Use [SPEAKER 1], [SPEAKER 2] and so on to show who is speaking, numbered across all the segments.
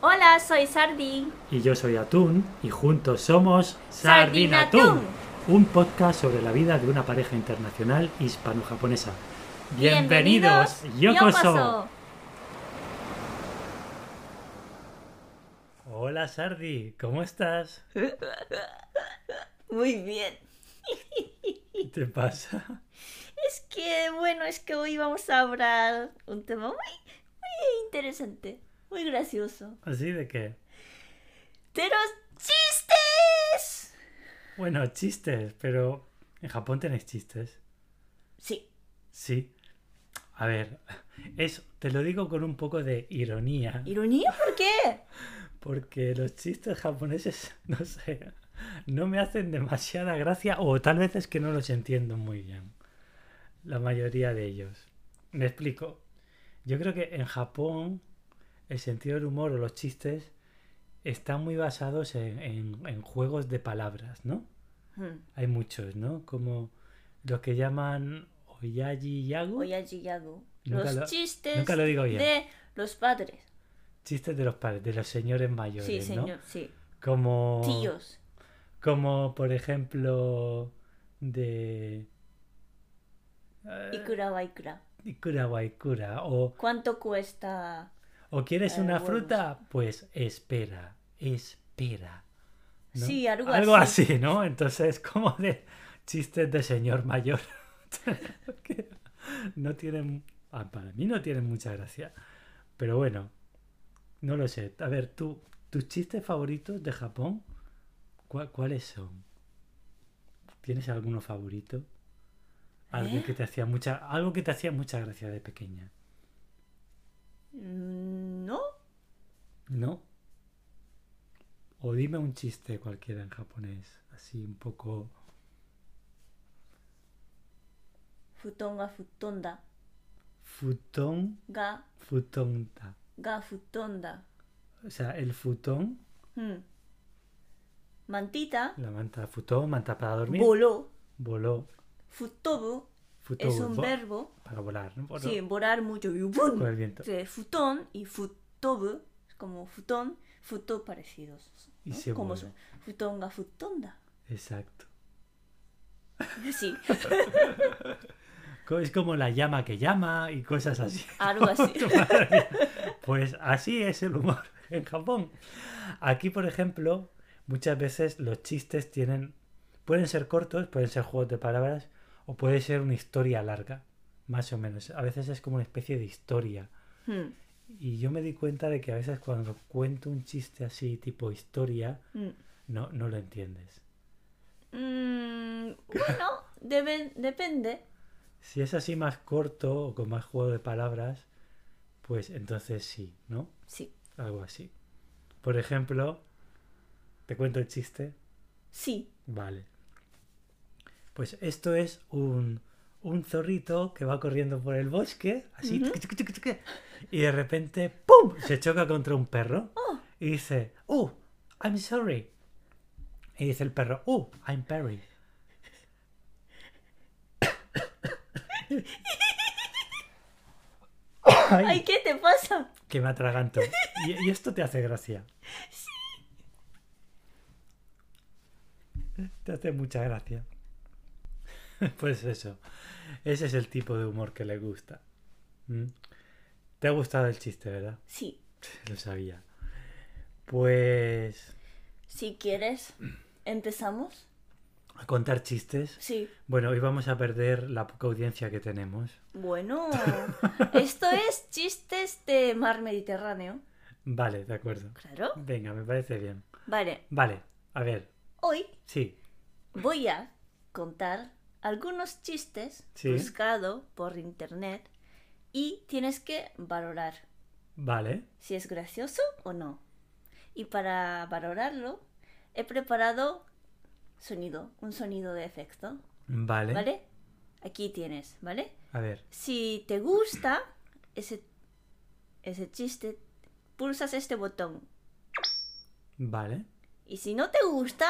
[SPEAKER 1] Hola, soy Sardín.
[SPEAKER 2] Y yo soy Atún y juntos somos
[SPEAKER 1] Sardina Atún.
[SPEAKER 2] un podcast sobre la vida de una pareja internacional hispano-japonesa.
[SPEAKER 1] Yokoso.
[SPEAKER 2] Yokoso. Hola Sardi, ¿cómo estás?
[SPEAKER 1] Muy bien.
[SPEAKER 2] ¿Qué te pasa?
[SPEAKER 1] Es que, bueno, es que hoy vamos a hablar un tema muy, muy interesante, muy gracioso.
[SPEAKER 2] ¿Así de qué?
[SPEAKER 1] ¡De los chistes!
[SPEAKER 2] Bueno, chistes, pero en Japón tenéis chistes.
[SPEAKER 1] Sí,
[SPEAKER 2] Sí. A ver, eso te lo digo con un poco de ironía.
[SPEAKER 1] ¿ironía por qué?
[SPEAKER 2] Porque los chistes japoneses, no sé, no me hacen demasiada gracia o tal vez es que no los entiendo muy bien. La mayoría de ellos. Me explico. Yo creo que en Japón el sentido del humor o los chistes están muy basados en, en- en juegos de palabras, ¿no?
[SPEAKER 1] Hmm.
[SPEAKER 2] Hay muchos, ¿no? Como los que llaman Oyaji Yago.
[SPEAKER 1] Oyaji Yago.
[SPEAKER 2] Nunca
[SPEAKER 1] Los
[SPEAKER 2] lo-
[SPEAKER 1] chistes
[SPEAKER 2] nunca lo digo bien.
[SPEAKER 1] de los padres.
[SPEAKER 2] Chistes de los padres, de los señores mayores,
[SPEAKER 1] Sí,
[SPEAKER 2] ¿no? Oh.
[SPEAKER 1] señor, sí.
[SPEAKER 2] Como...
[SPEAKER 1] Tíos.
[SPEAKER 2] Como por ejemplo de eh,
[SPEAKER 1] Ikura wa ikura.
[SPEAKER 2] Ikura wa Ikura. O,
[SPEAKER 1] ¿Cuánto cuesta?
[SPEAKER 2] o quieres
[SPEAKER 1] Eh,
[SPEAKER 2] una
[SPEAKER 1] huevos.
[SPEAKER 2] fruta, pues espera, espera. ¿no?
[SPEAKER 1] Sí, algo, así.
[SPEAKER 2] así. ¿no? Entonces, como de chistes de señor mayor. que no tienen. ah, Para mí no tienen mucha gracia. Pero bueno, no lo sé. A ver, tú, tus chistes favoritos de Japón, ¿cua- ¿cuáles son? ¿Tienes alguno favorito? Algo
[SPEAKER 1] ¿Eh?
[SPEAKER 2] que te hacía mucha. Algo que te hacía mucha gracia de pequeña.
[SPEAKER 1] Mm, No,
[SPEAKER 2] ¿No? O dime un chiste cualquiera en japonés. Así un poco.
[SPEAKER 1] futón ga futón da.
[SPEAKER 2] Futón,
[SPEAKER 1] Ga,
[SPEAKER 2] futonta.
[SPEAKER 1] ga futón da.
[SPEAKER 2] O sea, el futón,
[SPEAKER 1] Hmm. Mantita,
[SPEAKER 2] la manta futón, manta para dormir,
[SPEAKER 1] voló.
[SPEAKER 2] voló.
[SPEAKER 1] Futobu
[SPEAKER 2] Futón,
[SPEAKER 1] es un
[SPEAKER 2] vo-
[SPEAKER 1] verbo.
[SPEAKER 2] Para volar, ¿no? Voló
[SPEAKER 1] Sí, volar mucho. Y
[SPEAKER 2] Con
[SPEAKER 1] ¡bum!
[SPEAKER 2] el viento.
[SPEAKER 1] Sí, Futón y futobu, como futón, futo parecidos.
[SPEAKER 2] Y
[SPEAKER 1] ¿no?
[SPEAKER 2] se
[SPEAKER 1] como
[SPEAKER 2] vuela.
[SPEAKER 1] su- futón ga futón da.
[SPEAKER 2] Exacto.
[SPEAKER 1] Sí,
[SPEAKER 2] Co- Es como la llama que llama y cosas así.
[SPEAKER 1] algo así.
[SPEAKER 2] Madre mía. Pues así es el humor en Japón. Aquí, por ejemplo, muchas veces los chistes tienen. Pueden ser cortos, pueden ser juegos de palabras, o puede ser una historia larga, más o menos. A veces es como una especie de historia.
[SPEAKER 1] Hmm,
[SPEAKER 2] Y yo me di cuenta de que a veces cuando cuento un chiste así, tipo historia,
[SPEAKER 1] hmm.
[SPEAKER 2] no, no lo entiendes.
[SPEAKER 1] Mm, bueno, deben- depende.
[SPEAKER 2] Si es así más corto o con más juego de palabras, pues entonces sí, ¿no?
[SPEAKER 1] Sí,
[SPEAKER 2] Algo así. Por ejemplo, ¿te cuento el chiste?
[SPEAKER 1] sí.
[SPEAKER 2] Vale. Pues esto es un, un zorrito que va corriendo por el bosque, así,
[SPEAKER 1] Ujú.
[SPEAKER 2] tucu, tucu, tucu, tucu, y de repente, ¡pum! Se choca contra un perro
[SPEAKER 1] Oh.
[SPEAKER 2] y dice, ¡Oh! I'm sorry. Y dice el perro, ¡Oh! I'm Perry. Ay,
[SPEAKER 1] Ay, ¿qué te pasa?
[SPEAKER 2] que me atraganto. Y, y esto te hace gracia. Te hace mucha gracia. Pues eso. Ese es el tipo de humor que le gusta. ¿Mm? Te ha gustado el chiste, ¿verdad?
[SPEAKER 1] Sí,
[SPEAKER 2] Lo sabía. Pues...
[SPEAKER 1] si quieres, empezamos.
[SPEAKER 2] A contar chistes.
[SPEAKER 1] Sí.
[SPEAKER 2] Bueno, hoy vamos a perder la poca audiencia que tenemos.
[SPEAKER 1] Bueno, esto es chistes de mar Mediterráneo.
[SPEAKER 2] Vale, de acuerdo.
[SPEAKER 1] Claro.
[SPEAKER 2] Venga, me parece bien.
[SPEAKER 1] Vale,
[SPEAKER 2] Vale, a ver.
[SPEAKER 1] hoy
[SPEAKER 2] Sí,
[SPEAKER 1] voy a contar algunos chistes
[SPEAKER 2] Sí.
[SPEAKER 1] buscados por internet y tienes que valorar
[SPEAKER 2] vale.
[SPEAKER 1] si es gracioso o no. Y para valorarlo he preparado sonido, un sonido de efecto,
[SPEAKER 2] Vale.
[SPEAKER 1] ¿vale? Aquí tienes, ¿vale?
[SPEAKER 2] A ver.
[SPEAKER 1] Si te gusta ese, ese chiste, pulsas este botón.
[SPEAKER 2] Vale,
[SPEAKER 1] Y si no te gusta,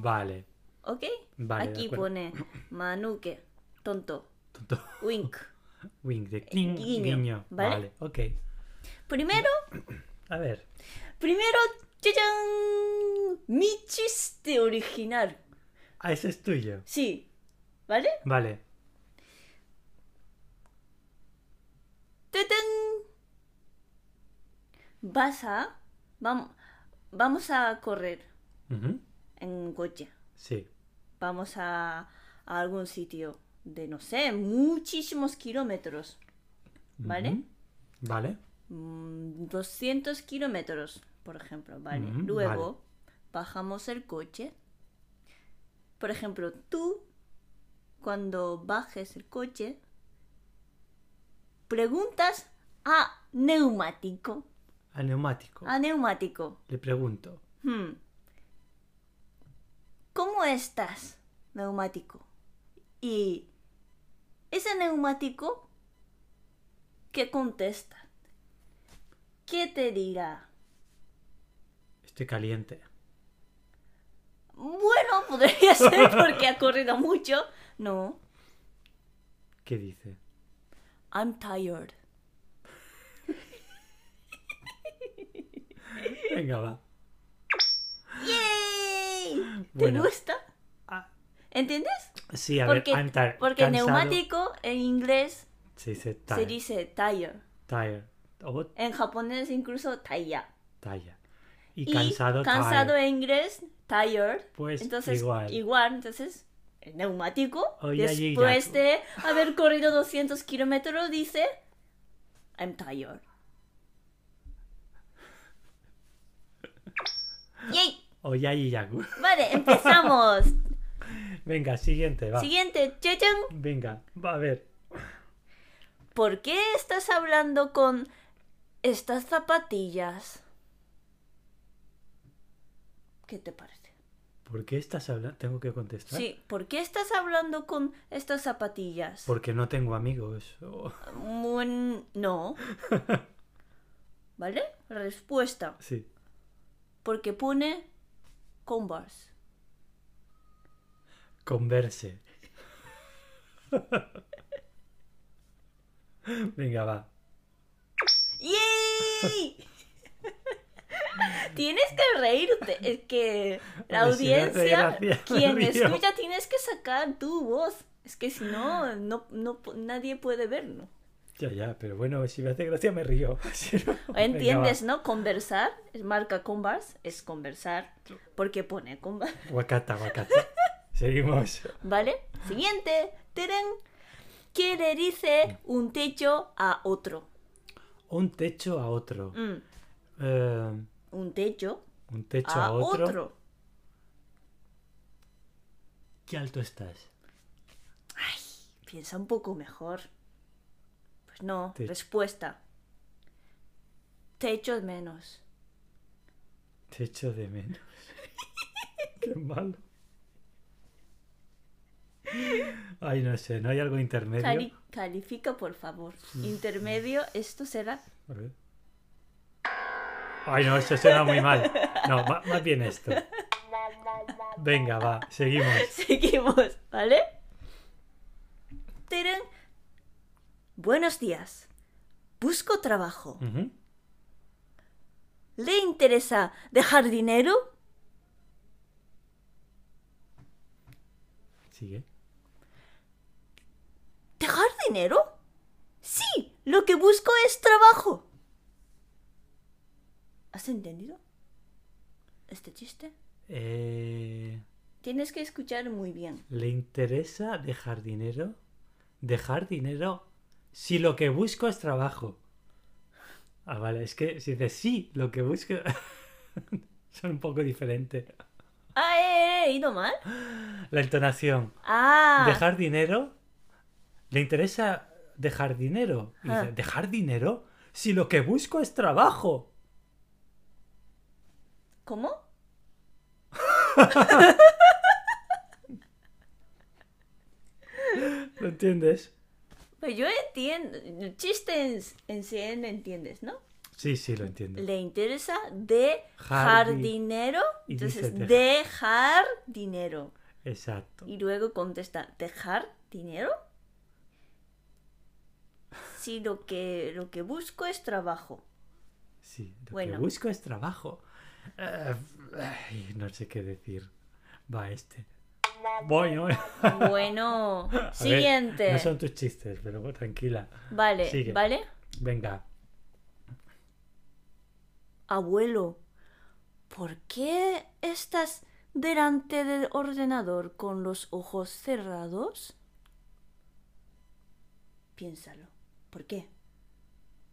[SPEAKER 2] vale,
[SPEAKER 1] ¿ok?
[SPEAKER 2] vale. de
[SPEAKER 1] Aquí
[SPEAKER 2] acuerdo.
[SPEAKER 1] pone Manuke, tonto,
[SPEAKER 2] Tonto.
[SPEAKER 1] wink.
[SPEAKER 2] Wink de cling,
[SPEAKER 1] guiño,
[SPEAKER 2] guiño.
[SPEAKER 1] ¿vale?
[SPEAKER 2] Vale, ok.
[SPEAKER 1] Primero,
[SPEAKER 2] A ver,
[SPEAKER 1] primero, ¡chachán! Mi chiste original.
[SPEAKER 2] ah, ese es tuyo.
[SPEAKER 1] Sí, ¿vale?
[SPEAKER 2] Vale.
[SPEAKER 1] ¡Tatán! Vas a... vam- vamos a correr
[SPEAKER 2] Ujú,
[SPEAKER 1] en coche.
[SPEAKER 2] Sí.
[SPEAKER 1] Vamos a, a algún sitio de, no sé, muchísimos kilómetros. ¿Vale?
[SPEAKER 2] Ujú, Vale.
[SPEAKER 1] Mm, 200 kilómetros, por ejemplo, ¿vale?
[SPEAKER 2] Mm,
[SPEAKER 1] Luego bajamos el coche. Por ejemplo, tú, cuando bajes el coche, preguntas a neumático.
[SPEAKER 2] Al neumático.
[SPEAKER 1] A neumático.
[SPEAKER 2] Le pregunto.
[SPEAKER 1] Hmm. ¿Cómo estás, neumático? Y ese neumático, ¿qué contesta? ¿Qué te dirá?
[SPEAKER 2] Estoy caliente.
[SPEAKER 1] Bueno, podría ser porque ha corrido mucho. No,
[SPEAKER 2] ¿Qué dice?
[SPEAKER 1] I'm tired.
[SPEAKER 2] Venga, va.
[SPEAKER 1] ¡Yay! ¿Te
[SPEAKER 2] Bueno.
[SPEAKER 1] gusta?
[SPEAKER 2] Ah,
[SPEAKER 1] ¿Entiendes?
[SPEAKER 2] sí, a
[SPEAKER 1] Porque,
[SPEAKER 2] ver, I'm tar-
[SPEAKER 1] porque
[SPEAKER 2] cansado.
[SPEAKER 1] neumático en inglés
[SPEAKER 2] Se dice
[SPEAKER 1] se
[SPEAKER 2] tire.
[SPEAKER 1] dice tire.
[SPEAKER 2] tire. O
[SPEAKER 1] En japonés incluso taya.
[SPEAKER 2] talla. Y, cansado, tire.
[SPEAKER 1] cansado en inglés, tired.
[SPEAKER 2] Pues
[SPEAKER 1] entonces,
[SPEAKER 2] igual.
[SPEAKER 1] entonces, el neumático,
[SPEAKER 2] Oye, allí,
[SPEAKER 1] después
[SPEAKER 2] gato.
[SPEAKER 1] de haber corrido 200 kilómetros, dice, I'm tired. Yay.
[SPEAKER 2] O yayi yaku.
[SPEAKER 1] Vale, empezamos.
[SPEAKER 2] Venga, siguiente, va.
[SPEAKER 1] Siguiente, chachán.
[SPEAKER 2] Venga, va a ver.
[SPEAKER 1] ¿Por qué estás hablando con estas zapatillas? ¿Qué te parece?
[SPEAKER 2] ¿Por qué estás hablando? Tengo que contestar.
[SPEAKER 1] Sí, ¿por qué estás hablando con estas zapatillas?
[SPEAKER 2] Porque no tengo amigos. Oh,
[SPEAKER 1] Buen- No. ¿Vale? Respuesta.
[SPEAKER 2] sí.
[SPEAKER 1] Porque pone Converse.
[SPEAKER 2] Converse. Venga, va.
[SPEAKER 1] ¡Yay! tienes que reírte. Es que la
[SPEAKER 2] Hombre, si me hace
[SPEAKER 1] audiencia,
[SPEAKER 2] gracia, me
[SPEAKER 1] quien
[SPEAKER 2] río.
[SPEAKER 1] escucha, tienes que sacar tu voz. Es que si no, no, no pu- nadie puede verlo.
[SPEAKER 2] Ya, ya, pero bueno, si me hace gracia me río. Si no, venga,
[SPEAKER 1] ¿Entiendes, no? Conversar, es marca Converse, es conversar. Porque pone Converse.
[SPEAKER 2] va. Wakata, wakata. Seguimos.
[SPEAKER 1] ¿Vale? Siguiente. Teren. ¿Qué le dice un techo a otro?
[SPEAKER 2] Un techo a otro.
[SPEAKER 1] Mm,
[SPEAKER 2] Eh,
[SPEAKER 1] un techo
[SPEAKER 2] un techo
[SPEAKER 1] a,
[SPEAKER 2] a,
[SPEAKER 1] otro.
[SPEAKER 2] ¿Qué alto estás?
[SPEAKER 1] Ay, piensa un poco mejor. Pues no,
[SPEAKER 2] Te-
[SPEAKER 1] respuesta. Techo es menos.
[SPEAKER 2] Te echo de menos. Qué malo. Ay, no sé, ¿no hay algo intermedio?
[SPEAKER 1] Cali- califica, por favor.
[SPEAKER 2] Mm.
[SPEAKER 1] Intermedio, esto será.
[SPEAKER 2] A ver. Ay, no, eso suena muy mal. No, va- más bien esto. Venga, va, seguimos.
[SPEAKER 1] Seguimos, ¿vale? Teren. Buenos días. Busco trabajo.
[SPEAKER 2] Ujú.
[SPEAKER 1] ¿Le interesa dejar dinero?
[SPEAKER 2] Sigue.
[SPEAKER 1] ¿Dejar dinero? Sí, lo que busco es trabajo. ¿Has entendido? Este chiste.
[SPEAKER 2] Eh,
[SPEAKER 1] Tienes que escuchar muy bien.
[SPEAKER 2] ¿Le interesa dejar dinero? ¿Dejar dinero? Si lo que busco es trabajo. Ah, vale, es que si dices sí, lo que busco. son un poco diferentes.
[SPEAKER 1] Ah, eh, eh, he ido mal.
[SPEAKER 2] La entonación.
[SPEAKER 1] Ah,
[SPEAKER 2] ¿Dejar dinero? ¿Le interesa dejar dinero? Y dice,
[SPEAKER 1] Ah.
[SPEAKER 2] ¿Dejar dinero? Si lo que busco es trabajo.
[SPEAKER 1] ¿cómo?
[SPEAKER 2] ¿Lo entiendes?
[SPEAKER 1] Pues yo entiendo. El chiste en, en sí en- entiendes, ¿no?
[SPEAKER 2] Sí, sí, lo entiendo.
[SPEAKER 1] Le interesa dejar
[SPEAKER 2] Jardi-
[SPEAKER 1] dinero.
[SPEAKER 2] y
[SPEAKER 1] Entonces,
[SPEAKER 2] dice
[SPEAKER 1] dejar dinero.
[SPEAKER 2] Exacto.
[SPEAKER 1] Y luego contesta, ¿dejar dinero? Si lo que, lo que busco es trabajo.
[SPEAKER 2] Sí, lo que
[SPEAKER 1] Bueno.
[SPEAKER 2] busco es trabajo. Eh, ay, no sé qué decir. Va este. Voy, voy.
[SPEAKER 1] Bueno,
[SPEAKER 2] A
[SPEAKER 1] siguiente.
[SPEAKER 2] ver, no son tus chistes, pero bueno, tranquila.
[SPEAKER 1] Vale,
[SPEAKER 2] Sigue.
[SPEAKER 1] ¿vale?
[SPEAKER 2] Venga.
[SPEAKER 1] Abuelo, ¿por qué estás delante del ordenador con los ojos cerrados? Piénsalo. ¿Por qué?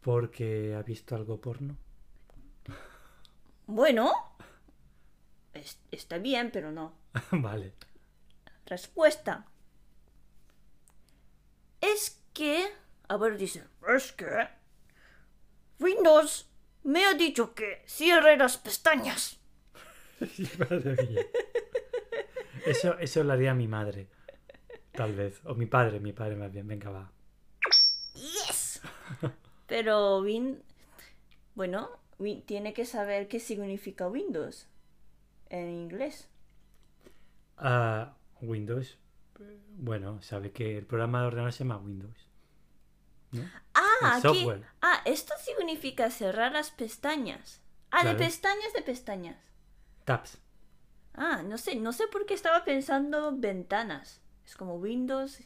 [SPEAKER 2] Porque ha visto algo porno.
[SPEAKER 1] Bueno, es- está bien, pero no.
[SPEAKER 2] vale.
[SPEAKER 1] Respuesta. Es que... A ver, dice. Es que... Windows me ha dicho que cierre las pestañas.
[SPEAKER 2] Madre mía. Eso, eso lo haría mi madre. Tal vez. O mi padre, mi padre más bien. Venga, va.
[SPEAKER 1] Yes. Pero Win... Bueno, Win tiene que saber qué significa Windows en inglés.
[SPEAKER 2] Ah, Windows. Bueno, sabe que el programa de ordenador se llama Windows. ¿no?
[SPEAKER 1] Ah,
[SPEAKER 2] El
[SPEAKER 1] aquí...
[SPEAKER 2] software.
[SPEAKER 1] Ah, esto significa cerrar las pestañas. Ah,
[SPEAKER 2] Claro.
[SPEAKER 1] de pestañas, de pestañas.
[SPEAKER 2] Tabs.
[SPEAKER 1] Ah, no sé, no sé por qué estaba pensando ventanas. Es como Windows.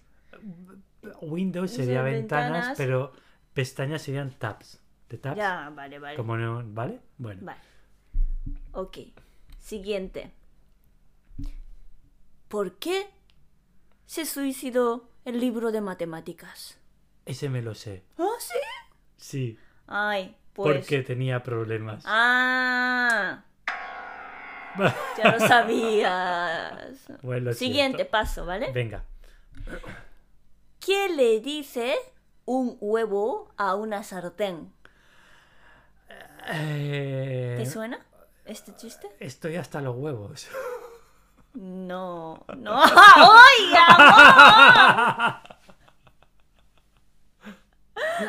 [SPEAKER 2] Windows
[SPEAKER 1] Eso,
[SPEAKER 2] sería ventanas,
[SPEAKER 1] ventanas.
[SPEAKER 2] pero pestañas serían tabs. ¿De tabs?
[SPEAKER 1] Ya, vale, vale.
[SPEAKER 2] Como no, ¿vale? Bueno.
[SPEAKER 1] Vale. Ok. Siguiente. ¿Por qué se suicidó el libro de matemáticas?
[SPEAKER 2] Ese me lo sé.
[SPEAKER 1] ¿Ah, sí?
[SPEAKER 2] Sí.
[SPEAKER 1] Ay, pues.
[SPEAKER 2] Porque tenía problemas.
[SPEAKER 1] Ah, ya lo sabías.
[SPEAKER 2] Bueno, lo
[SPEAKER 1] Siguiente
[SPEAKER 2] siento.
[SPEAKER 1] paso, ¿vale?
[SPEAKER 2] Venga.
[SPEAKER 1] ¿Qué le dice un huevo a una sartén?
[SPEAKER 2] Eh,
[SPEAKER 1] ¿Te suena este chiste?
[SPEAKER 2] Estoy hasta los huevos.
[SPEAKER 1] No, no, oiga, amor.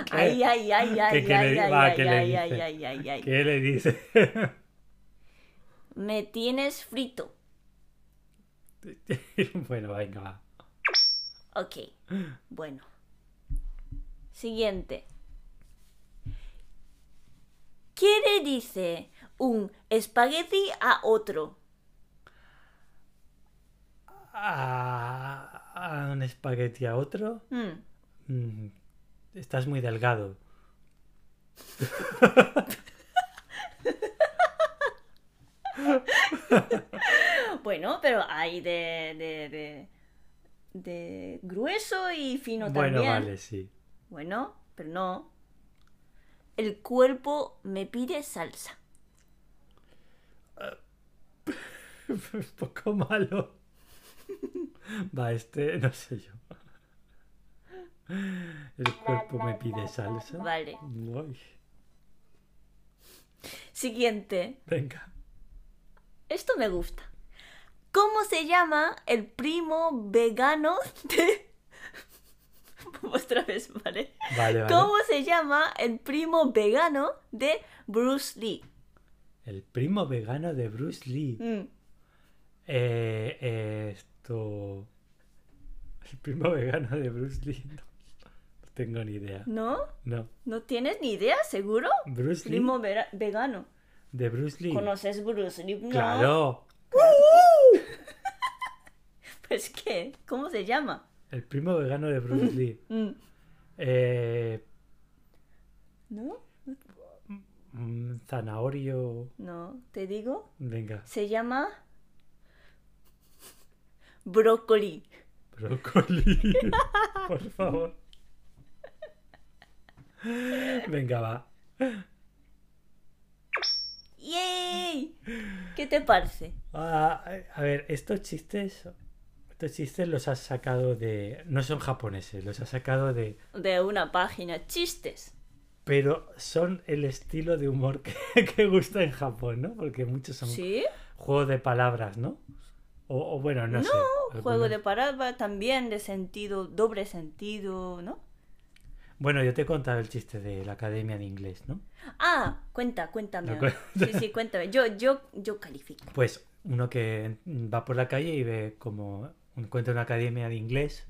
[SPEAKER 2] ¿Qué?
[SPEAKER 1] Ay, ay, ay, ay,
[SPEAKER 2] ¿Qué- qué
[SPEAKER 1] ay,
[SPEAKER 2] le-
[SPEAKER 1] ay,
[SPEAKER 2] va,
[SPEAKER 1] ay,
[SPEAKER 2] qué le
[SPEAKER 1] ay, ay,
[SPEAKER 2] dice?
[SPEAKER 1] ay, ay, ay.
[SPEAKER 2] ¿Qué le dice?
[SPEAKER 1] Me tienes frito.
[SPEAKER 2] bueno, venga, va.
[SPEAKER 1] Ok, bueno. Siguiente. ¿Qué le dice un espagueti a otro?
[SPEAKER 2] A, Ah, a un espagueti a otro.
[SPEAKER 1] Hmm,
[SPEAKER 2] Mm, estás muy delgado.
[SPEAKER 1] Bueno, pero hay de, de, de, de grueso y fino
[SPEAKER 2] bueno,
[SPEAKER 1] también.
[SPEAKER 2] vale, sí.
[SPEAKER 1] Bueno, pero no. El cuerpo me pide salsa.
[SPEAKER 2] Un poco malo. Va, este, no sé yo. El cuerpo me pide salsa.
[SPEAKER 1] Vale.
[SPEAKER 2] Uy,
[SPEAKER 1] Siguiente.
[SPEAKER 2] venga.
[SPEAKER 1] Esto me gusta. ¿Cómo se llama el primo vegano de... Otra vez, ¿vale?
[SPEAKER 2] Vale, vale.
[SPEAKER 1] ¿Cómo se llama el primo vegano de Bruce Lee?
[SPEAKER 2] El primo vegano de Bruce Lee.
[SPEAKER 1] Mm,
[SPEAKER 2] Eh, eh, esto. El primo vegano de Bruce Lee. No, no tengo ni idea.
[SPEAKER 1] ¿No?
[SPEAKER 2] No.
[SPEAKER 1] ¿No tienes ni idea, seguro?
[SPEAKER 2] Bruce Lee.
[SPEAKER 1] Primo vera- vegano.
[SPEAKER 2] De Bruce Lee.
[SPEAKER 1] ¿Conoces Bruce Lee? No.
[SPEAKER 2] Claro.
[SPEAKER 1] Pues qué, ¿cómo se llama?
[SPEAKER 2] El primo vegano de Bruce Lee.
[SPEAKER 1] Mm,
[SPEAKER 2] Eh,
[SPEAKER 1] ¿No?
[SPEAKER 2] mm, zanahorio.
[SPEAKER 1] No, te digo.
[SPEAKER 2] Venga.
[SPEAKER 1] Se llama brócoli.
[SPEAKER 2] Brócoli. Por favor. Venga, va.
[SPEAKER 1] ¡Yay! ¿Qué te parece?
[SPEAKER 2] Ah, a ver, estos chistes. Estos chistes los has sacado de. No son japoneses, los has sacado de.
[SPEAKER 1] De una página chistes.
[SPEAKER 2] Pero son el estilo de humor que, que gusta en Japón, ¿no? Porque muchos son
[SPEAKER 1] ¿Sí?
[SPEAKER 2] juego de palabras, ¿no? O, o bueno, no, sé.
[SPEAKER 1] Juego
[SPEAKER 2] algunos-
[SPEAKER 1] de palabras también de sentido, doble sentido, ¿no?
[SPEAKER 2] Bueno, yo te he contado el chiste de la academia de inglés, ¿no?
[SPEAKER 1] Ah, cuenta, cuéntame.
[SPEAKER 2] No, cu-
[SPEAKER 1] Sí, sí, cuéntame. Yo, yo, yo califico.
[SPEAKER 2] Pues uno que va por la calle y ve como encuentra una academia de inglés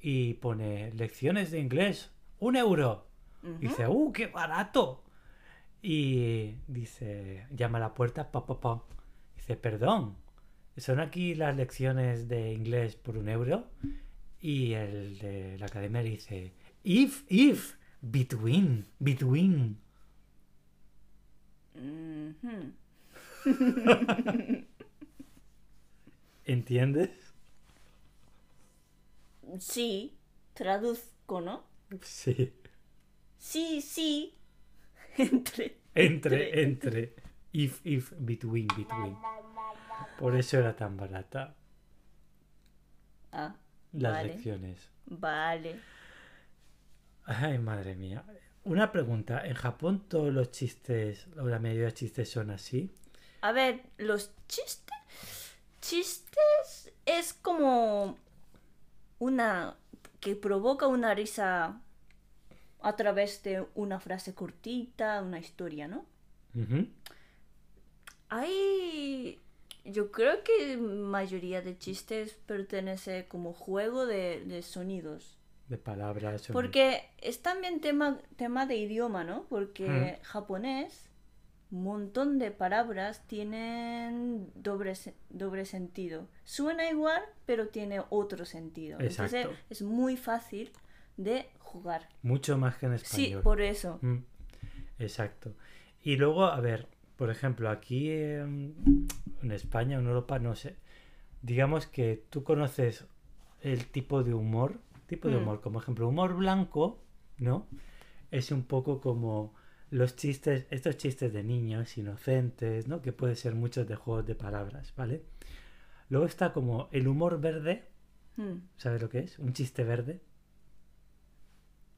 [SPEAKER 2] y pone lecciones de inglés, un euro. Y
[SPEAKER 1] Ujú.
[SPEAKER 2] dice, ¡uh, qué barato! Y dice, llama a la puerta, pa, pa, pa. Dice, perdón, son aquí las lecciones de inglés por un euro. Y el de la academia le dice, if, if, between, between.
[SPEAKER 1] Ujú.
[SPEAKER 2] ¿Entiendes?
[SPEAKER 1] Sí, traduzco, ¿no?
[SPEAKER 2] Sí.
[SPEAKER 1] Sí, sí. Entre.
[SPEAKER 2] Entre, entre. If, if, between, between. Por eso era tan barata
[SPEAKER 1] Ah,
[SPEAKER 2] las
[SPEAKER 1] Vale.
[SPEAKER 2] lecciones.
[SPEAKER 1] vale.
[SPEAKER 2] Ay, madre mía. Una pregunta. ¿En Japón todos los chistes, o la mayoría de los chistes son así?
[SPEAKER 1] A ver, los chistes. Chistes es como una que provoca una risa a través de una frase cortita, una historia, ¿no?
[SPEAKER 2] Ujú.
[SPEAKER 1] Hay, yo creo que mayoría de chistes pertenece como juego de, de sonidos.
[SPEAKER 2] De palabras. son-
[SPEAKER 1] Porque es también tema, tema de idioma, ¿no? Porque japonés, un montón de palabras tienen doble, se- doble sentido. Suena igual, pero tiene otro sentido. Entonces
[SPEAKER 2] Exacto.
[SPEAKER 1] es muy fácil de jugar.
[SPEAKER 2] Mucho más que en
[SPEAKER 1] Sí,
[SPEAKER 2] español.
[SPEAKER 1] por eso.
[SPEAKER 2] Mm, Exacto. Y luego, a ver, por ejemplo, aquí em, en España, en Europa, no sé. Digamos que tú conoces el tipo de humor, tipo de
[SPEAKER 1] Mm.
[SPEAKER 2] humor, como ejemplo, humor blanco, ¿no? Es un poco como los chistes, estos chistes de niños inocentes, ¿no? Que puede ser muchos de juegos de palabras, ¿vale? Luego está como el humor verde,
[SPEAKER 1] Mm.
[SPEAKER 2] ¿sabes lo que es? Un chiste verde.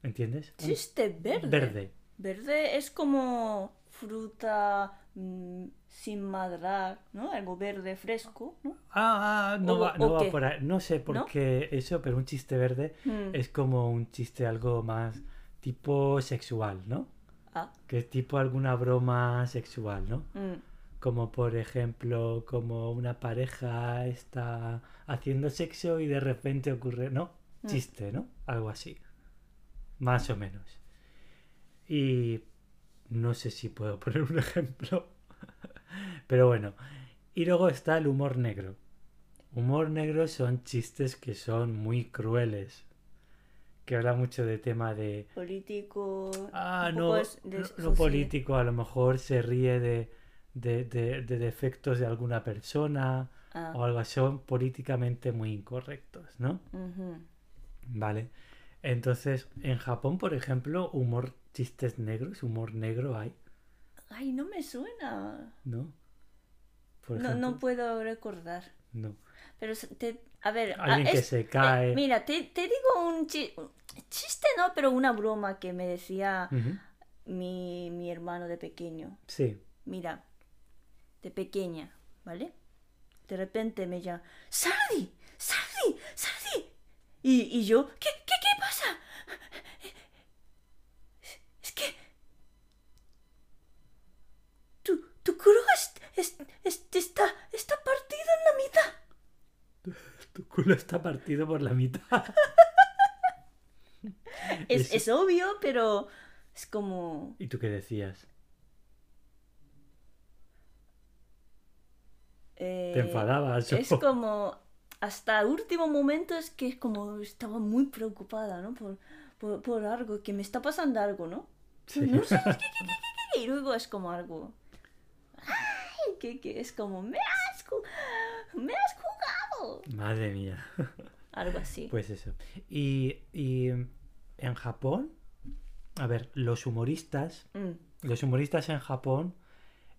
[SPEAKER 2] ¿Entiendes? Un
[SPEAKER 1] Chiste verde.
[SPEAKER 2] verde.
[SPEAKER 1] Verde es como fruta mm, sin madurar, ¿no? Algo verde fresco, ¿no?
[SPEAKER 2] Ah, ah, no,
[SPEAKER 1] ¿O-
[SPEAKER 2] va,
[SPEAKER 1] o
[SPEAKER 2] no va
[SPEAKER 1] qué?
[SPEAKER 2] por ahí. No sé por
[SPEAKER 1] ¿No?
[SPEAKER 2] qué eso, pero un chiste verde
[SPEAKER 1] Mm.
[SPEAKER 2] es como un chiste algo más tipo sexual, ¿no?
[SPEAKER 1] Ah,
[SPEAKER 2] Que es tipo alguna broma sexual, ¿no?
[SPEAKER 1] mm.
[SPEAKER 2] Como por ejemplo, como una pareja está haciendo sexo y de repente ocurre, ¿no?
[SPEAKER 1] Mm.
[SPEAKER 2] Chiste, ¿no? Algo así. Más o menos. Y no sé si puedo poner un ejemplo. Pero bueno. Y luego está el humor negro. Humor negro son chistes que son muy crueles. Que habla mucho de tema de...
[SPEAKER 1] Político.
[SPEAKER 2] Ah,
[SPEAKER 1] un poco
[SPEAKER 2] no,
[SPEAKER 1] es de
[SPEAKER 2] lo- lo
[SPEAKER 1] sociedad.
[SPEAKER 2] político a lo mejor se ríe de, de- de- de defectos de alguna persona
[SPEAKER 1] Ah,
[SPEAKER 2] o algo así, son políticamente muy incorrectos, ¿no?
[SPEAKER 1] ujú.
[SPEAKER 2] Vale. Entonces, en Japón, por ejemplo, humor, chistes negros, humor negro hay,
[SPEAKER 1] Ay, no me suena.
[SPEAKER 2] ¿no? Por
[SPEAKER 1] No,
[SPEAKER 2] ejemplo,
[SPEAKER 1] no puedo recordar.
[SPEAKER 2] no.
[SPEAKER 1] Pero se- te, a ver, ah,
[SPEAKER 2] Alguien que
[SPEAKER 1] es-
[SPEAKER 2] se cae.
[SPEAKER 1] eh, mira, te, te digo un chi- chiste, no, pero una broma que me decía
[SPEAKER 2] Ujú.
[SPEAKER 1] mi, mi hermano de pequeño.
[SPEAKER 2] Sí.
[SPEAKER 1] Mira, de pequeña, ¿vale? De repente me llama, ¡Sardi! ¡Sardi! ¡Sardi! Y, y yo, ¿qué, qué, qué pasa? Es que... Tu, tu culo es, es- es- está, está partido en la mitad.
[SPEAKER 2] Tu culo está partido por la mitad.
[SPEAKER 1] Es,
[SPEAKER 2] Eso-
[SPEAKER 1] es obvio, pero es como...
[SPEAKER 2] ¿Y tú qué decías?
[SPEAKER 1] eh,
[SPEAKER 2] Te enfadabas.
[SPEAKER 1] Es
[SPEAKER 2] o-
[SPEAKER 1] como, hasta último momento es que es como estaba muy preocupada, ¿no? Por, por, por algo, que me está pasando algo, ¿no?
[SPEAKER 2] Sí.
[SPEAKER 1] No sé, es que- que- que- que- y luego es como algo... ¡Ay! Que, que es como, me has, ju- me has jugado.
[SPEAKER 2] Madre mía.
[SPEAKER 1] Algo así.
[SPEAKER 2] Pues eso. Y, y em, en Japón, a ver, los humoristas,
[SPEAKER 1] Mm,
[SPEAKER 2] los humoristas en Japón,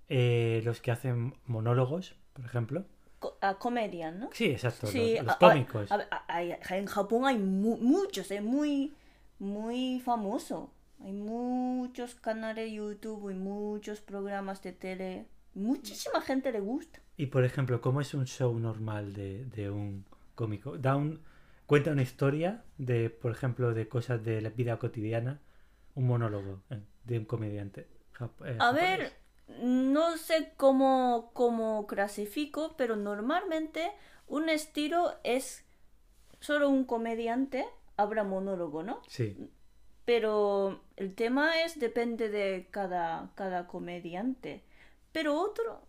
[SPEAKER 2] eh, los que hacen monólogos, por ejemplo.
[SPEAKER 1] co- a comedia, ¿no?
[SPEAKER 2] Sí, exacto,
[SPEAKER 1] Sí,
[SPEAKER 2] los, los
[SPEAKER 1] a- a-
[SPEAKER 2] cómicos.
[SPEAKER 1] a- a- hay- en Japón hay mu- muchos, es muy, muy famoso. Hay muchos canales de YouTube y muchos programas de tele. Muchísima gente le gusta.
[SPEAKER 2] Y por ejemplo, ¿cómo es un show normal de, de un cómico? Da un, cuenta una historia de, por ejemplo, de cosas de la vida cotidiana, un monólogo eh, de un comediante. jap- eh,
[SPEAKER 1] A
[SPEAKER 2] japonés.
[SPEAKER 1] ver, no sé cómo, cómo clasifico, pero normalmente un estilo es solo un comediante habla monólogo, ¿no?
[SPEAKER 2] Sí,
[SPEAKER 1] Pero el tema es depende de cada, cada comediante. Pero otro,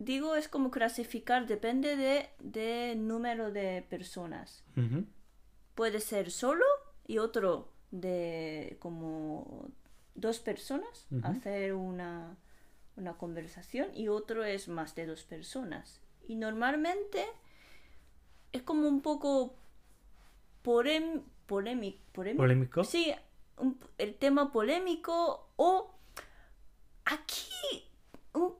[SPEAKER 1] digo, es como clasificar, depende de, de número de personas.
[SPEAKER 2] Ujú.
[SPEAKER 1] Puede ser solo y otro de como dos personas,
[SPEAKER 2] Ujú.
[SPEAKER 1] hacer una, una conversación y otro es más de dos personas. Y normalmente es como un poco polem, polémico.
[SPEAKER 2] ¿Polémico?
[SPEAKER 1] ¿eh? Sí, un- el tema polémico o aquí un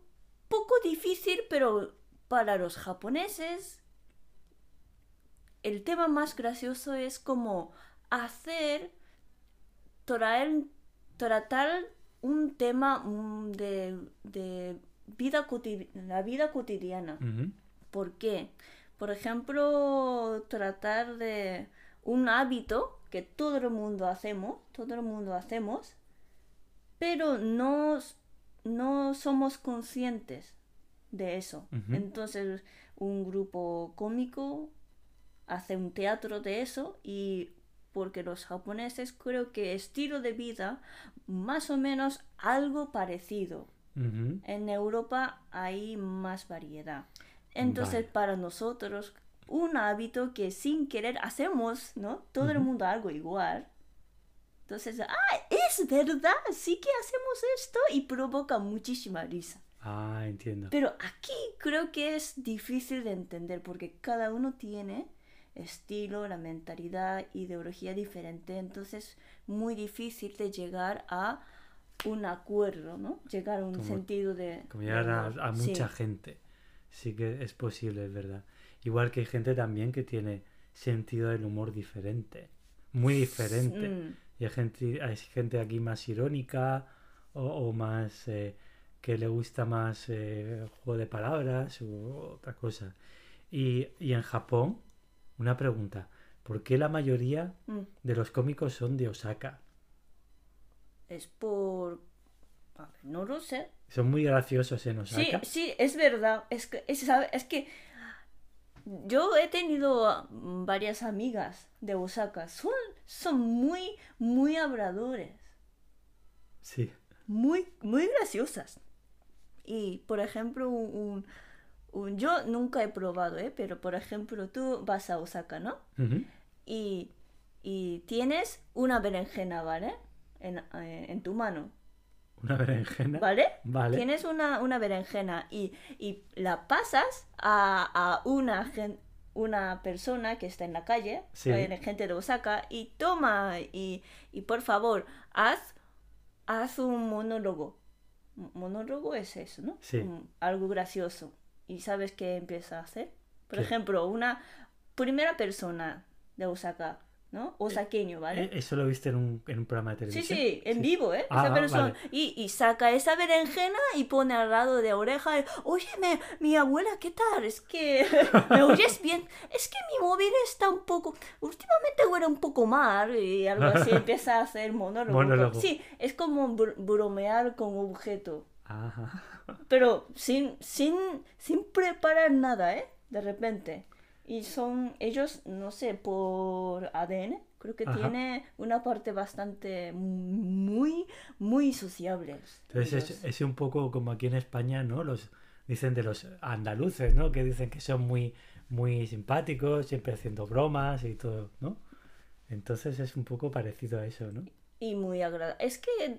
[SPEAKER 1] poco difícil, pero para los japoneses el tema más gracioso es como hacer traer, tratar un tema mm, de, de vida coti- la vida cotidiana.
[SPEAKER 2] Ujú.
[SPEAKER 1] ¿Por qué? Por ejemplo, tratar de un hábito que todo el mundo hacemos, todo el mundo hacemos, pero no, s- no somos conscientes de eso.
[SPEAKER 2] Ujú.
[SPEAKER 1] Entonces, un grupo cómico hace un teatro de eso y porque los japoneses creo que estilo de vida más o menos algo parecido.
[SPEAKER 2] Ujú.
[SPEAKER 1] En Europa hay más variedad. Entonces,
[SPEAKER 2] Vale.
[SPEAKER 1] para nosotros, un hábito que sin querer hacemos, ¿no? Todo el
[SPEAKER 2] Ujú.
[SPEAKER 1] mundo algo igual. Entonces, ah, es verdad, sí que hacemos esto y provoca muchísima risa.
[SPEAKER 2] Ah, entiendo.
[SPEAKER 1] Pero aquí creo que es difícil de entender porque cada uno tiene estilo, la mentalidad, ideología diferente. Entonces, muy difícil de llegar a un acuerdo, ¿no? Llegar a un
[SPEAKER 2] Como-
[SPEAKER 1] sentido de...
[SPEAKER 2] Como
[SPEAKER 1] de
[SPEAKER 2] llegar
[SPEAKER 1] humor.
[SPEAKER 2] a, a
[SPEAKER 1] Sí.
[SPEAKER 2] mucha gente. Sí que es posible, es verdad. Igual que hay gente también que tiene sentido del humor diferente. Muy diferente.
[SPEAKER 1] Mm,
[SPEAKER 2] Y hay gente, hay gente aquí más irónica o, o más eh, que le gusta más eh, el juego de palabras o otra cosa. Y, y en Japón, una pregunta. ¿Por qué la mayoría
[SPEAKER 1] mm.
[SPEAKER 2] de los cómicos son de Osaka?
[SPEAKER 1] Es por... a ver, no lo sé.
[SPEAKER 2] Son muy graciosos en
[SPEAKER 1] Sí,
[SPEAKER 2] Osaka.
[SPEAKER 1] sí, es verdad. Es que, es, sabe- es que yo he tenido ah, varias amigas de Osaka. Son, son muy, muy habladores.
[SPEAKER 2] Sí.
[SPEAKER 1] Muy, muy graciosas. Y, por ejemplo, un, un- un- Yo nunca he probado, ¿eh? Pero, por ejemplo, tú vas a Osaka, ¿no?
[SPEAKER 2] Ujú.
[SPEAKER 1] y, y tienes una berenjena, ¿vale? En, eh, en tu mano,
[SPEAKER 2] Una berenjena.
[SPEAKER 1] ¿vale?
[SPEAKER 2] Vale.
[SPEAKER 1] Tienes una, una berenjena y, y la pasas a, a una, gen- una persona que está en la calle,
[SPEAKER 2] Sí.
[SPEAKER 1] eh, gente de Osaka, y toma y, y por favor, haz, haz un monólogo. Mo- Monólogo es eso, ¿no?
[SPEAKER 2] Sí.
[SPEAKER 1] Un- algo gracioso. ¿Y sabes qué empieza a hacer? Por
[SPEAKER 2] ¿Qué?
[SPEAKER 1] ejemplo, una primera persona de Osaka, ¿no? Osaqueño, ¿vale?
[SPEAKER 2] Eh, Eso lo viste en un, en un programa de
[SPEAKER 1] Sí,
[SPEAKER 2] televisión.
[SPEAKER 1] sí, en vivo, ¿eh?
[SPEAKER 2] Ah,
[SPEAKER 1] Esa persona.
[SPEAKER 2] vale.
[SPEAKER 1] Y, y saca esa berenjena y pone al lado de oreja, y, oye, me- mi abuela, ¿qué tal? Es que, ¿me oyes bien? Es que mi móvil está un poco, últimamente huele un poco mal y algo así, empieza a hacer monólogo.
[SPEAKER 2] Monólogo.
[SPEAKER 1] Sí, es como br- bromear con objeto,
[SPEAKER 2] Ajá.
[SPEAKER 1] pero sin, sin, sin preparar nada, ¿eh? De repente. Y son ellos, no sé, por ADN, creo que
[SPEAKER 2] Ajá.
[SPEAKER 1] tiene una parte bastante muy, muy sociables.
[SPEAKER 2] Entonces es,
[SPEAKER 1] ellos.
[SPEAKER 2] es un poco como aquí en España, ¿no? Los dicen de los andaluces, ¿no? Que dicen que son muy, muy simpáticos, siempre haciendo bromas y todo, ¿no? Entonces es un poco parecido a eso, ¿no?
[SPEAKER 1] Y muy agradable. Es que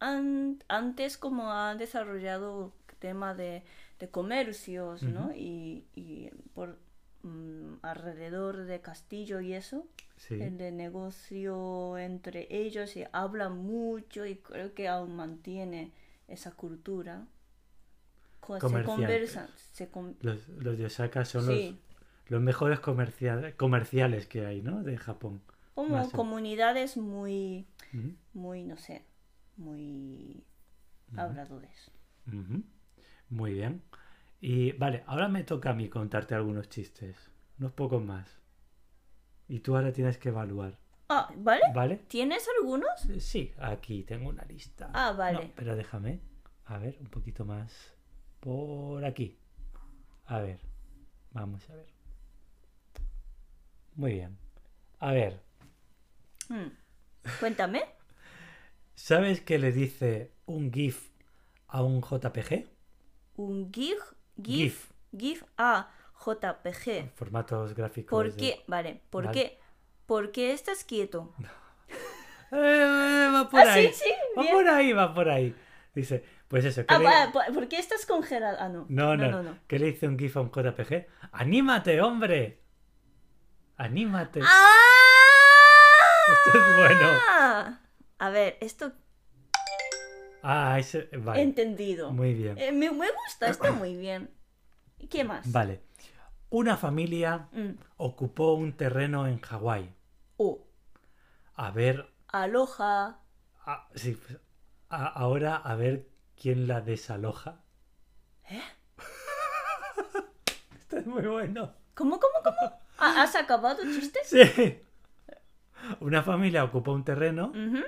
[SPEAKER 1] an- antes como han desarrollado tema de, de comercios, ¿no?
[SPEAKER 2] Ujú.
[SPEAKER 1] Y, y por mm, alrededor de Castillo y eso,
[SPEAKER 2] Sí.
[SPEAKER 1] el de negocio entre ellos y hablan mucho y creo que aún mantiene esa cultura. Co- Se
[SPEAKER 2] Comerciantes.
[SPEAKER 1] conversan, se con-
[SPEAKER 2] Los, los de Osaka son los,
[SPEAKER 1] sí,
[SPEAKER 2] los mejores comerciales, comerciales que hay, ¿no? De Japón.
[SPEAKER 1] como
[SPEAKER 2] Más o-
[SPEAKER 1] comunidades muy,
[SPEAKER 2] Ujú,
[SPEAKER 1] muy, no sé, muy
[SPEAKER 2] ujú,
[SPEAKER 1] habladores.
[SPEAKER 2] ujú. Muy bien. Y vale, ahora me toca a mí contarte algunos chistes, unos pocos más. Y tú ahora tienes que evaluar,
[SPEAKER 1] Ah, ¿vale?
[SPEAKER 2] ¿vale?
[SPEAKER 1] ¿Tienes algunos?
[SPEAKER 2] Eh, Sí, aquí tengo una lista.
[SPEAKER 1] Ah,
[SPEAKER 2] No,
[SPEAKER 1] vale.
[SPEAKER 2] pero déjame. A ver, un poquito más por aquí. A ver, vamos a ver. Muy bien. A ver,
[SPEAKER 1] Hmm. Cuéntame.
[SPEAKER 2] ¿Sabes qué le dice un GIF a un JPG?
[SPEAKER 1] Un GIF, GIF, GIF a JPG.
[SPEAKER 2] Formatos gráficos.
[SPEAKER 1] ¿Por
[SPEAKER 2] de-
[SPEAKER 1] qué? Vale, ¿por
[SPEAKER 2] Vale.
[SPEAKER 1] qué? ¿Por qué estás quieto?
[SPEAKER 2] Eh, eh, va por
[SPEAKER 1] ah,
[SPEAKER 2] ahí.
[SPEAKER 1] sí, sí.
[SPEAKER 2] va
[SPEAKER 1] bien.
[SPEAKER 2] por ahí, va por ahí. Dice, pues eso, ¿qué,
[SPEAKER 1] Ah,
[SPEAKER 2] le...
[SPEAKER 1] va, ¿por- ¿por qué estás congelado? Ah, no.
[SPEAKER 2] No, no,
[SPEAKER 1] no,
[SPEAKER 2] ¿qué le dice un GIF a un JPG? ¡Anímate, hombre! ¡Anímate!
[SPEAKER 1] ¡Ah!
[SPEAKER 2] Esto es bueno.
[SPEAKER 1] A ver, esto
[SPEAKER 2] Ah, ese...
[SPEAKER 1] he
[SPEAKER 2] Vale,
[SPEAKER 1] entendido.
[SPEAKER 2] muy bien.
[SPEAKER 1] Eh, me, me gusta, está muy bien. ¿Y ¿Qué más?
[SPEAKER 2] Vale. Una familia
[SPEAKER 1] Mm. Oh,
[SPEAKER 2] ocupó un terreno en Hawái.
[SPEAKER 1] O
[SPEAKER 2] A ver...
[SPEAKER 1] aloja.
[SPEAKER 2] a- sí, pues, a- ahora a ver quién la desaloja. ¿Eh? Esto es muy bueno.
[SPEAKER 1] ¿Cómo, cómo, cómo? ¿Ha- ¿Has acabado chistes?
[SPEAKER 2] Sí. Una familia ocupó un terreno
[SPEAKER 1] Ujú.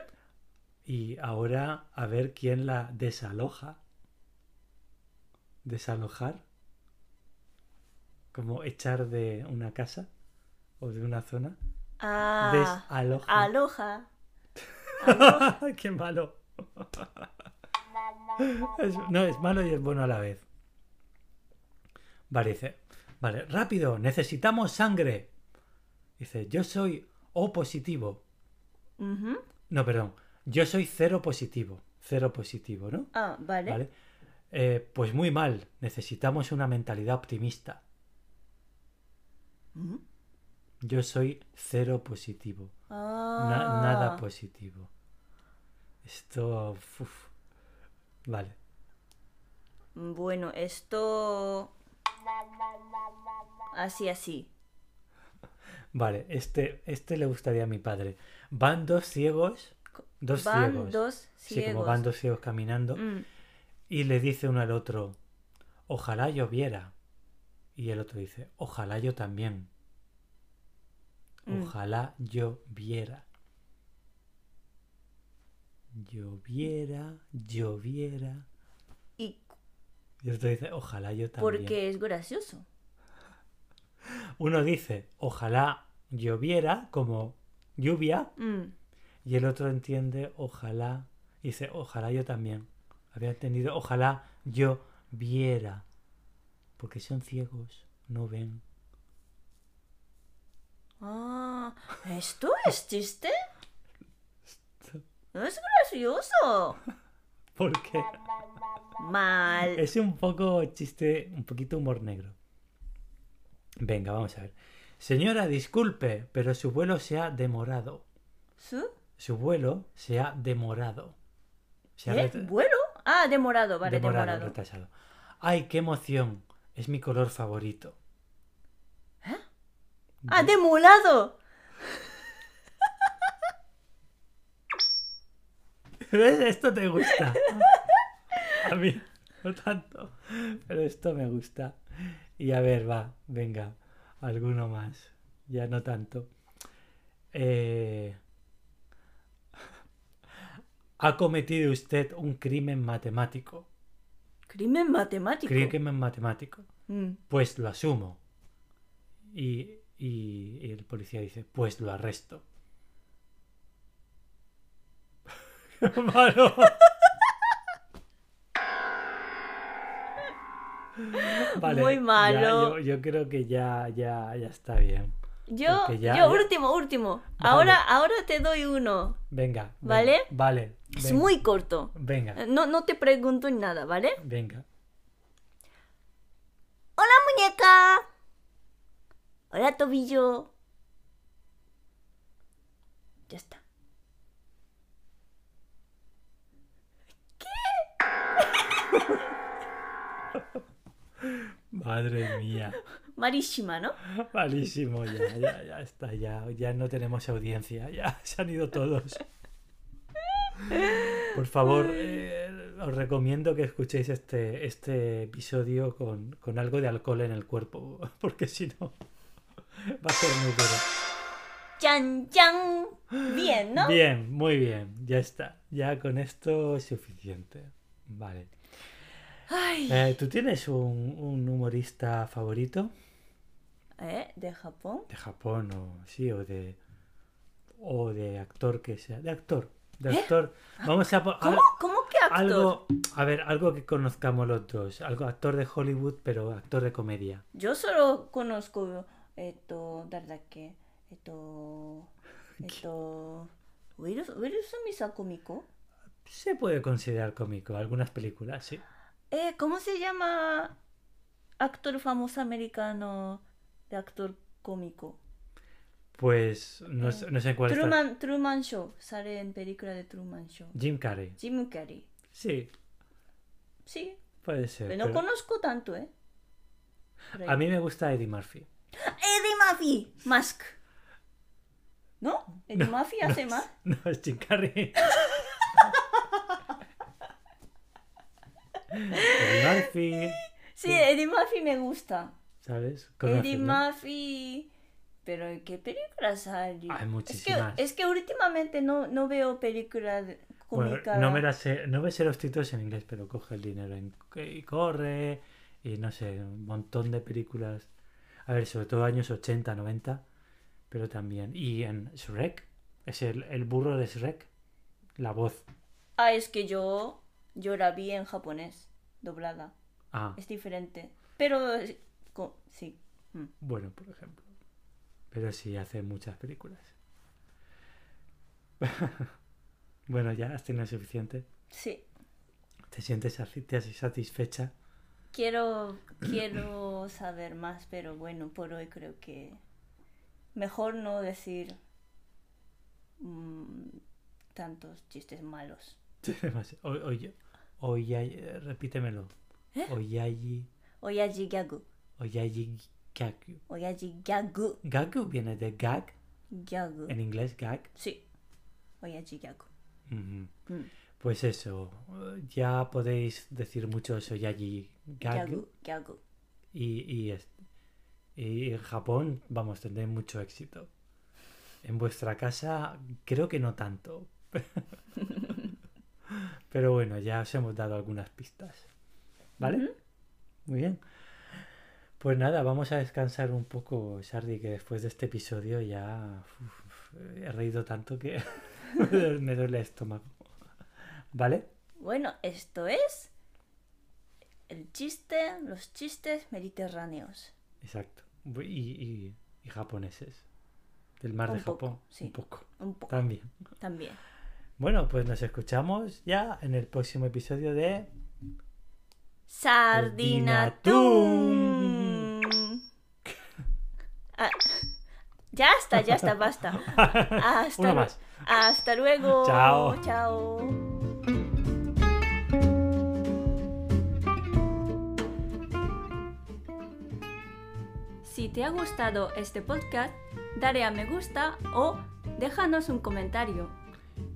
[SPEAKER 2] y ahora a ver quién la desaloja. Desalojar. Como echar de una casa o de una zona.
[SPEAKER 1] Ah,
[SPEAKER 2] Desaloja.
[SPEAKER 1] aloja.
[SPEAKER 2] ¡Qué malo! Es- no, es malo y es bueno a la vez. Vale, dice. Vale, rápido, necesitamos sangre. Dice, yo soy O positivo.
[SPEAKER 1] Ujú.
[SPEAKER 2] No, perdón. Yo soy cero positivo. Cero positivo, ¿no?
[SPEAKER 1] Ah, vale.
[SPEAKER 2] Vale. Eh, pues muy mal. Necesitamos una mentalidad optimista.
[SPEAKER 1] Ujú.
[SPEAKER 2] Yo soy cero positivo.
[SPEAKER 1] Ah.
[SPEAKER 2] Na- nada pues. positivo. Esto. uf. Vale.
[SPEAKER 1] Bueno, esto... Así, así.
[SPEAKER 2] Vale, este, este le gustaría a mi padre. Van dos ciegos. Dos
[SPEAKER 1] van
[SPEAKER 2] ciegos.
[SPEAKER 1] dos
[SPEAKER 2] Sí,
[SPEAKER 1] ciegos.
[SPEAKER 2] como van dos ciegos caminando.
[SPEAKER 1] Mm.
[SPEAKER 2] Y le dice uno al otro, ojalá lloviera. Y el otro dice, ojalá yo también.
[SPEAKER 1] Mm.
[SPEAKER 2] Ojalá lloviera. Lloviera, lloviera.
[SPEAKER 1] Y
[SPEAKER 2] Y el otro dice, ojalá yo también.
[SPEAKER 1] porque es gracioso.
[SPEAKER 2] Uno dice, ojalá lloviera como lluvia.
[SPEAKER 1] Mm.
[SPEAKER 2] Y el otro entiende, ojalá, y dice, ojalá yo también. Había entendido, ojalá yo viera. Porque son ciegos, no ven.
[SPEAKER 1] Ah, ¿esto es chiste? No es gracioso.
[SPEAKER 2] Porque
[SPEAKER 1] Mal.
[SPEAKER 2] es un poco chiste, un poquito humor negro. Venga, vamos a ver. Señora, disculpe, pero su vuelo se ha demorado.
[SPEAKER 1] ¿Su?
[SPEAKER 2] Su vuelo se ha demorado. Se ha
[SPEAKER 1] ¿Eh?
[SPEAKER 2] retra-
[SPEAKER 1] ¿Vuelo? Ah, demorado, vale,
[SPEAKER 2] demorado,
[SPEAKER 1] demorado.
[SPEAKER 2] retrasado. Ay, qué emoción. Es mi color favorito.
[SPEAKER 1] ¿Eh? Ah, demolado.
[SPEAKER 2] ¿Ves? Esto te gusta. A mí, no tanto. Pero esto me gusta. Y a ver, va, venga. Alguno más. Ya no tanto. Eh, Ha cometido usted un crimen matemático.
[SPEAKER 1] Crimen matemático.
[SPEAKER 2] Crimen matemático.
[SPEAKER 1] Mm.
[SPEAKER 2] Pues lo asumo. Y, y- y el policía dice, pues lo arresto. ¡Qué malo!
[SPEAKER 1] Muy
[SPEAKER 2] ya,
[SPEAKER 1] malo.
[SPEAKER 2] yo, yo creo que ya, ya, ya está bien.
[SPEAKER 1] Yo,
[SPEAKER 2] Porque ya-
[SPEAKER 1] yo
[SPEAKER 2] ya-
[SPEAKER 1] último, último.
[SPEAKER 2] Vale.
[SPEAKER 1] Ahora, ahora te doy uno.
[SPEAKER 2] Venga. venga,
[SPEAKER 1] ¿Vale?
[SPEAKER 2] Vale.
[SPEAKER 1] Es
[SPEAKER 2] venga,
[SPEAKER 1] muy corto. Eh,
[SPEAKER 2] Venga,
[SPEAKER 1] No, no te pregunto ni nada, ¿vale?
[SPEAKER 2] venga.
[SPEAKER 1] Hola muñeca. Hola tobillo. Ya está.
[SPEAKER 2] Madre mía.
[SPEAKER 1] Malísima, ¿no?
[SPEAKER 2] Malísimo, ya, ya, ya está, ya, ya no tenemos audiencia, ya se han ido todos. Por favor, eh, os recomiendo que escuchéis este, este episodio con, con algo de alcohol en el cuerpo, porque si no, va a ser muy duro.
[SPEAKER 1] Chan, chan. Bien, ¿no?
[SPEAKER 2] Bien, muy bien, ya está, ya con esto es suficiente. Vale.
[SPEAKER 1] Ay.
[SPEAKER 2] Eh, ¿Tú tienes un, un humorista favorito?
[SPEAKER 1] ¿Eh? ¿De Japón?
[SPEAKER 2] ¿De Japón o sí? ¿O de, o de actor que sea. De actor. De actor. Vamos a, po- a-
[SPEAKER 1] ¿Eh? ¿Cómo, ¿Cómo que actor?
[SPEAKER 2] algo. A ver, algo que conozcamos los dos. Algo actor de Hollywood, pero actor de comedia.
[SPEAKER 1] Yo solo conozco, esto, ¿verdad que? Esto, esto, Will, Will Smith es cómico.
[SPEAKER 2] Se puede considerar cómico. Algunas películas, sí.
[SPEAKER 1] Eh, ¿cómo se llama actor famoso americano de actor cómico?
[SPEAKER 2] Pues no, sé- no sé en cuál está.
[SPEAKER 1] Truman, Truman Show, sale en película de Truman Show.
[SPEAKER 2] Jim Carrey.
[SPEAKER 1] Jim Carrey,
[SPEAKER 2] Sí,
[SPEAKER 1] sí,
[SPEAKER 2] puede ser.
[SPEAKER 1] pero no
[SPEAKER 2] pero
[SPEAKER 1] conozco tanto, ¿eh? Pero-
[SPEAKER 2] A mí me gusta Eddie Murphy.
[SPEAKER 1] Eddie Murphy, Mask. ¿No? Eddie Murphy hace más.
[SPEAKER 2] No, es Jim Carrey. Eddie Murphy,
[SPEAKER 1] Sí, Eddie Murphy me gusta.
[SPEAKER 2] ¿sabes?
[SPEAKER 1] Eddie
[SPEAKER 2] Conoces, ¿no?
[SPEAKER 1] Murphy. Pero ¿en qué película salió?
[SPEAKER 2] Hay
[SPEAKER 1] es
[SPEAKER 2] muchísimas.
[SPEAKER 1] que, es que últimamente no, no veo películas
[SPEAKER 2] Bueno,
[SPEAKER 1] cómicas.
[SPEAKER 2] no me las sé, no me sé los títulos en inglés, pero coge el dinero en- y corre, y no sé, un montón de películas. A ver, sobre todo años 80, 90, pero también. Y en Shrek, es el, el burro de Shrek, la voz.
[SPEAKER 1] Ah, es que yo, yo la vi en japonés, doblada.
[SPEAKER 2] Ah,
[SPEAKER 1] Es diferente. Pero eh, co- sí. Mm.
[SPEAKER 2] bueno, por ejemplo. Pero sí, hace muchas películas. bueno, ya has tenido suficiente.
[SPEAKER 1] Sí.
[SPEAKER 2] ¿Te sientes saci- te has- satisfecha?
[SPEAKER 1] Quiero, quiero saber más, pero bueno, por hoy creo que mejor no decir mm, tantos chistes malos.
[SPEAKER 2] Demasi- o- Oye, oyayi- eh, repítemelo. Oyayi,
[SPEAKER 1] Oyaji gyagu.
[SPEAKER 2] oyayi gaku.
[SPEAKER 1] Oyaji gyagu.
[SPEAKER 2] Gaku viene de gag,
[SPEAKER 1] Gyagu.
[SPEAKER 2] en inglés gag.
[SPEAKER 1] Sí. Oyaji gyagu.
[SPEAKER 2] Ujú.
[SPEAKER 1] Mm.
[SPEAKER 2] Pues eso, eh, ya podéis decir muchos oyayi gaku.
[SPEAKER 1] Gyagu. Gyagu.
[SPEAKER 2] Y, y, es- y en Japón, vamos, tendréis mucho éxito. En vuestra casa, creo que no tanto. Pero bueno, ya os hemos dado algunas pistas. ¿Vale?
[SPEAKER 1] Ujú.
[SPEAKER 2] Muy bien. Pues nada, vamos a descansar un poco, Sardi, que después de este episodio ya uf, he reído tanto que me duele- me duele el estómago. ¿Vale?
[SPEAKER 1] Bueno, esto es el chiste, los chistes mediterráneos.
[SPEAKER 2] Exacto. Bu- Y, y- y japoneses. Del mar
[SPEAKER 1] Un
[SPEAKER 2] de
[SPEAKER 1] poco,
[SPEAKER 2] Japón.
[SPEAKER 1] sí.
[SPEAKER 2] Un poco.
[SPEAKER 1] Un poco
[SPEAKER 2] También.
[SPEAKER 1] también.
[SPEAKER 2] Bueno, pues nos escuchamos ya en el próximo episodio de
[SPEAKER 1] Sardina
[SPEAKER 2] Sardinatum.
[SPEAKER 1] Ah, ya está, ya está, basta. Hasta,
[SPEAKER 2] Uno
[SPEAKER 1] lue-
[SPEAKER 2] más.
[SPEAKER 1] hasta luego.
[SPEAKER 2] Chao.
[SPEAKER 1] Chao. Si te ha gustado este podcast, dale a me gusta o déjanos un comentario.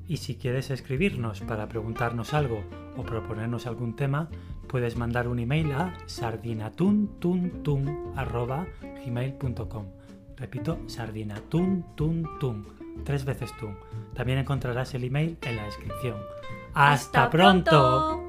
[SPEAKER 2] Y si quieres escribirnos para preguntarnos algo o proponernos algún tema, puedes mandar un email a sardinatuntuntun@gmail.com. Repito, sardinatuntuntun, tres veces tun. También encontrarás el email en la descripción. ¡Hasta, pronto!